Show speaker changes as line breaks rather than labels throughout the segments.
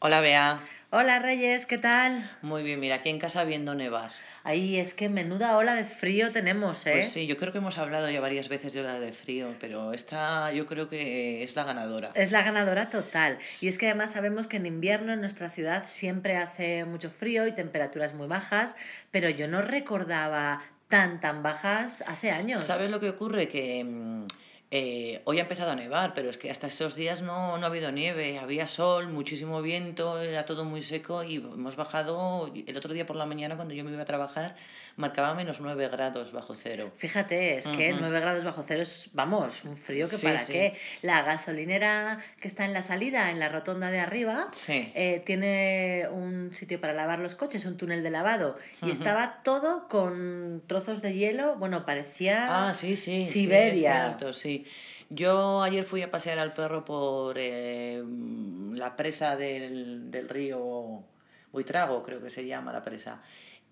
Hola Bea.
Hola Reyes, ¿qué tal?
Muy bien, mira, aquí en casa viendo nevar.
Ay, es que menuda ola de frío tenemos, ¿eh?
Pues sí, yo creo que hemos hablado ya varias veces de ola de frío, pero esta yo creo que es la ganadora.
Es la ganadora total. Y es que además sabemos que en invierno en nuestra ciudad siempre hace mucho frío y temperaturas muy bajas, pero yo no recordaba tan tan bajas hace años.
¿Sabes lo que ocurre? Que... mm, eh, hoy ha empezado a nevar, pero es que hasta estos días no, no ha habido nieve, había sol, muchísimo viento, era todo muy seco y hemos bajado, el otro día por la mañana cuando yo me iba a trabajar marcaba menos 9 grados bajo cero.
Fíjate, es que
Ujú.
9 grados bajo cero es, vamos, un frío que
Sí,
para
sí.
qué. La gasolinera que está en la salida, en la rotonda de arriba,
Sí.
eh, tiene un sitio para lavar los coches, un túnel de lavado, y
Ujú.
estaba todo con trozos de hielo, bueno, parecía...
Ah, sí, sí. sí, es
Siberia.
cierto, sí. Yo ayer fui a pasear al perro por eh, mm, la presa del, del río Buitrago, creo que se llama la presa.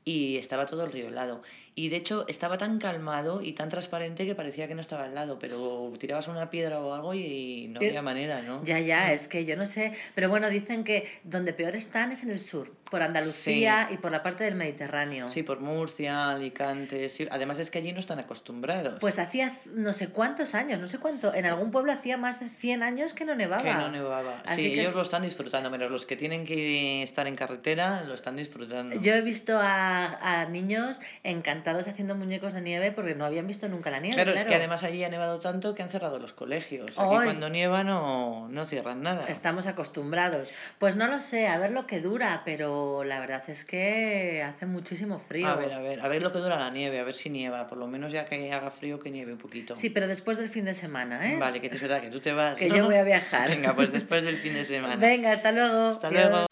Y estaba todo el río helado. Y de hecho estaba tan calmado y tan transparente que parecía que no estaba helado, pero tirabas una piedra o algo y no
Eh,
había manera, ¿no?
Ya, ya, es que yo no sé, pero bueno, dicen que donde peor están es en el sur, por Andalucía y por la parte del Mediterráneo.
Sí, por Murcia, Alicante. sí. Además es que allí no están acostumbrados.
Pues hacía c- no sé cuántos años, no sé cuánto, en algún pueblo hacía más de 100 años que no nevaba.
Que no nevaba.
Así
sí,
que
ellos
es-
lo están disfrutando, menos los que tienen que estar en carretera lo están disfrutando.
Yo he visto a, a niños encantados haciendo muñecos de nieve porque no habían visto nunca la nieve.
Claro,
Claro,
es que además allí ha nevado tanto que han cerrado los colegios. Aquí
Ay.
cuando nieva no, no cierran nada.
Estamos acostumbrados. Pues no lo sé, a ver lo que dura, pero la verdad es que hace muchísimo frío.
A ver, a ver, a ver lo que dura la nieve, a ver si nieva. Por lo menos ya que haga frío, que nieve un poquito.
Sí, pero después del fin de semana, ¿eh?
Vale, que es verdad que tú te vas.
Que
¿no?
yo voy a viajar.
Venga, pues después del fin de semana.
Venga, hasta luego.
Hasta
Adiós.
luego.